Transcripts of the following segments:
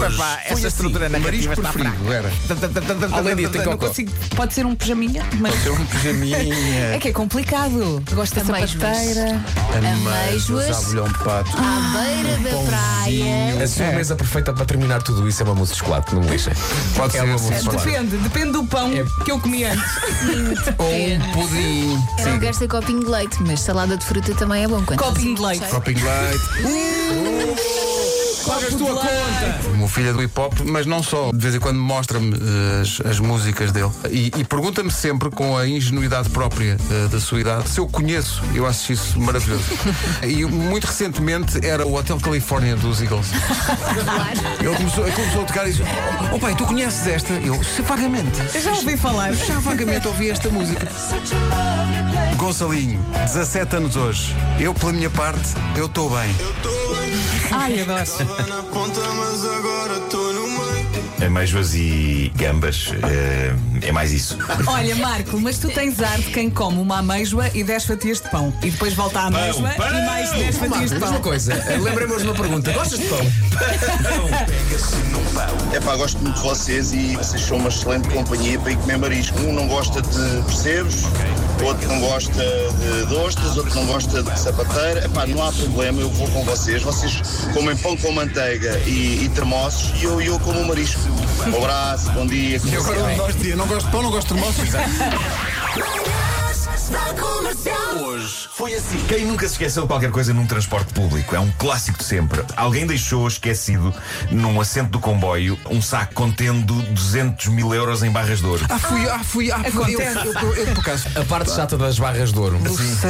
Mas vá, Foi essa assim, estrutura narrativa marisco está preferido, fraca. era. Tan, tan, tan, tan, tan, Além tan, disso, tem tan, cocó. não consigo. Pode ser um pijaminha, mas Deu um pijaminha. é que é complicado. Gosto dessa Ameijoas. pasteira. Ameijoas. abulhão um pato. À beira da praia. A sobremesa perfeita para terminar tudo isso é uma mousse de chocolate, não me lixem. Pode é ser uma assim. mousse de chocolate. Depende, depende do pão que eu comi antes. Ou um pudim. Eu não gosto de copinho de leite, mas salada de fruta também é bom. Quando Copinho de leite. Shopping light. Pagas tua conta. O meu filho é do hip hop, mas não só. De vez em quando mostra-me eh, as, as músicas dele. E, e pergunta-me sempre, com a ingenuidade própria eh, da sua idade, se eu conheço. Eu acho isso maravilhoso. e muito recentemente era o Hotel Califórnia dos Eagles. Ele começou, ele começou a tocar e disse: Oh oh, pai, tu conheces esta? Eu, "Se, vagamente. Eu já ouvi falar. Já vagamente ouvi esta música. Gonçalinho, 17 anos hoje. Eu, pela minha parte, eu estou bem. Ai, adoro. Ameijoas É e gambas, eh, é mais isso. Olha, Marco, mas tu tens ar de quem come uma amêijoa e 10 fatias de pão. E depois volta à amêijoa e pão! mais 10 fatias de Mas uma pão. coisa, é, lembrei-me hoje de uma pergunta. Gostas de pão? É pá, gosto muito de vocês e vocês são uma excelente companhia para ir comer marisco. Um não gosta de percebes, outro não gosta de, de ostras, outro não gosta de sapateira. É pá, não há problema, eu vou com vocês. Vocês comem pão com manteiga e, e termossos e eu, eu como marisco. Um abraço, bom dia. Eu agora não gosto de, não gosto de pão, não gosto de moços. Hoje foi assim. Quem nunca se esqueceu de qualquer coisa num transporte público? É um clássico de sempre. Alguém deixou esquecido num assento do comboio um saco contendo 200 mil euros em barras de ouro. Ah, fui, ah, fui, ah, fui. Eu, eu, eu, eu, por acaso. A parte chata das barras de ouro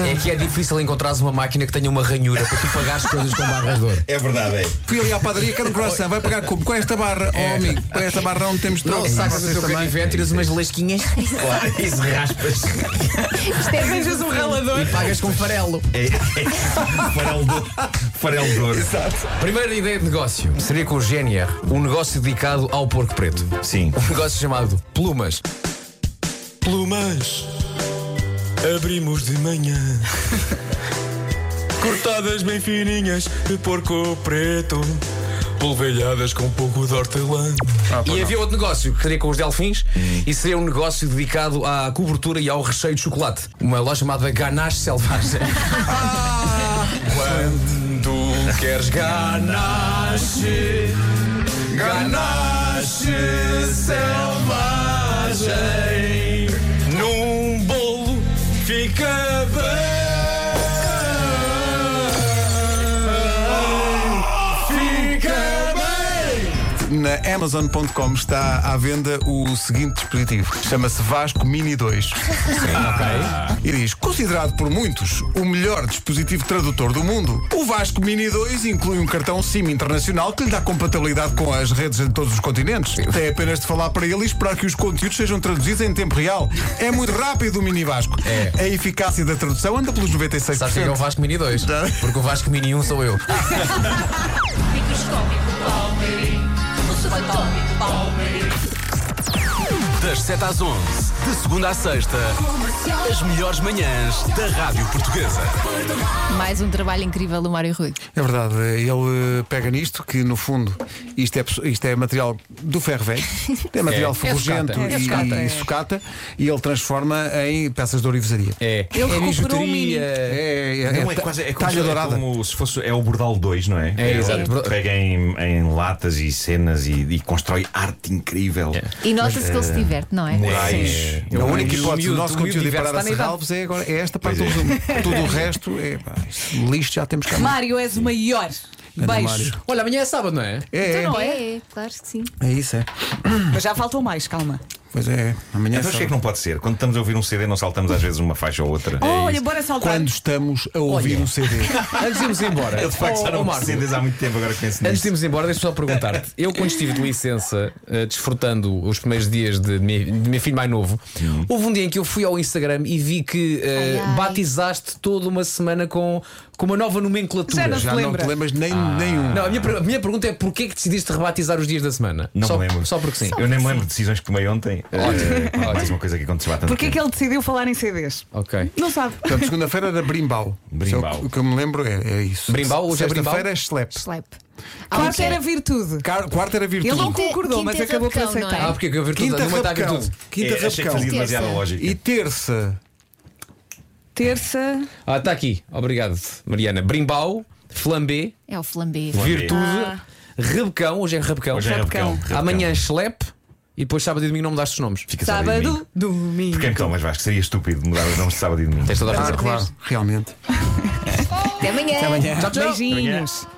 é que é difícil encontrares uma máquina que tenha uma ranhura para tu pagares coisas com barras de ouro. É verdade, é. Fui ali à padaria, quero um croissant, vai pagar como? Com esta barra, É. oh amigo, com esta barra não temos troco. sacas Vocês o é teu também. canivete, tiras umas lesquinhas Claro, isso raspas. Arranjas um ralador. e pagas com farelo. É, é isso. Farelo de ouro. Farelo de ouro. Primeira ideia de negócio seria com o GNR, um negócio dedicado ao porco preto. Sim. Um negócio chamado Plumas. Plumas abrimos de manhã. Cortadas bem fininhas de porco preto. Polvilhadas com um pouco de hortelã. E havia outro negócio que seria com os delfins e seria um negócio dedicado à cobertura e ao recheio de chocolate. Uma loja chamada Ganache Selvagem. Ah, Quando queres ganache, ganache selvagem. Num bolo fica bem. Fica bem. Na Amazon.com está à venda o seguinte dispositivo. Chama-se Vasco Mini 2. Ah. E diz, considerado por muitos o melhor dispositivo tradutor do mundo, o Vasco Mini 2 inclui um cartão SIM internacional que lhe dá compatibilidade com as redes de todos os continentes. Tem apenas de falar para ele e esperar que os conteúdos sejam traduzidos em tempo real. É muito rápido o Mini Vasco. É. A eficácia da tradução anda pelos 96%. Sabes que é o Vasco Mini 2? Porque o Vasco Mini 1 sou eu. Das 7 às 11, de segunda à sexta, as melhores manhãs da Rádio Portuguesa. Mais um trabalho incrível do Mário Rui. É verdade, ele eh, pega nisto que no fundo isto é, pesso- isto é material do ferro velho, é material ferrugento É e- sucata, e, é. sucata e ele transforma em peças de orivesaria. É. Ele é recuperou o bijuteria, Mini. é- É, é, Não, é ta- quase, é como, talha se- é dourada. como se fosse é o Bordal 2, não é? É, exato. Pega em, em latas e cenas e, e constrói arte incrível. E nota-se que ele se diverte, não é? Morais. A Eu- única o hipótese do miúdo- um nosso o miúdo conteúdo de diverso parar a está na idade. Serralves é agora é esta parte do Pois é. resumo. Tudo o resto é pá, isto, lixo já temos cá. Mário, és o maior. Beijo. Mário. Olha, amanhã é sábado, não é? É, é, Então não é? É, claro que sim. é isso, é. Mas já faltam mais, calma. Pois é, amanhã é Então o que é que sábado. não pode ser? Quando estamos a ouvir um CD, não saltamos às vezes uma faixa ou outra. Oh, olha, bora saltar. É Quando estamos a ouvir um CD. Antes de irmos embora. Eu de facto já Oh, não oh, ouço Marco, CDs há muito tempo, agora que penso Antes de nisso. irmos embora, deixa-me só perguntar-te. Eu, quando estive de licença, eh, desfrutando os primeiros dias de minha, de minha filha mais novo, houve um dia em que eu fui ao Instagram e vi que eh, Ai, ai. batizaste toda uma semana com, com uma nova nomenclatura. Já não- Já não Lembra? te lembras nem, nenhum. Não, a minha, per- a minha pergunta é porquê que decidiste rebatizar os dias da semana? Não só, me lembro. Só porque sim. Eu nem me lembro de decisões que tomei ontem. Eh, Ótimo. Mais uma coisa que aconteceu há tanto Porquê tempo. que ele decidiu falar em CDs? Ok. Não sabe. Portanto, segunda-feira era brimbau. Brimbau. Isso é O que- o que eu me lembro é, é isso. Brimbau? Hoje é brimbau? Sexta-feira é schlep. Slap. Quarta era virtude. Car- Quarta era Ele virtude. não concordou, quinta mas é acabou por rabecão, não é? Ah, aceitar. porque a virtude Quinta numa está tá a rabecão. virtude. Quinta É, achei que rabecão. fazia demasiada Terça. lógica. E terça. Terça. Ah, está aqui. Obrigado, Mariana. Brimbau, flambé, É o flambé. virtude, rebecão, hoje é rebecão. Hoje é Rebecão. Rebecão. Amanhã schlep e depois sábado e domingo não me daste os nomes. Fica só de mim. Sábado, domingo. Porque então, mas Vasco, seria estúpido mudar os nomes de sábado e domingo. Tens toda a razão. Realmente. Até amanhã. Tchau, tchau. Beijinhos.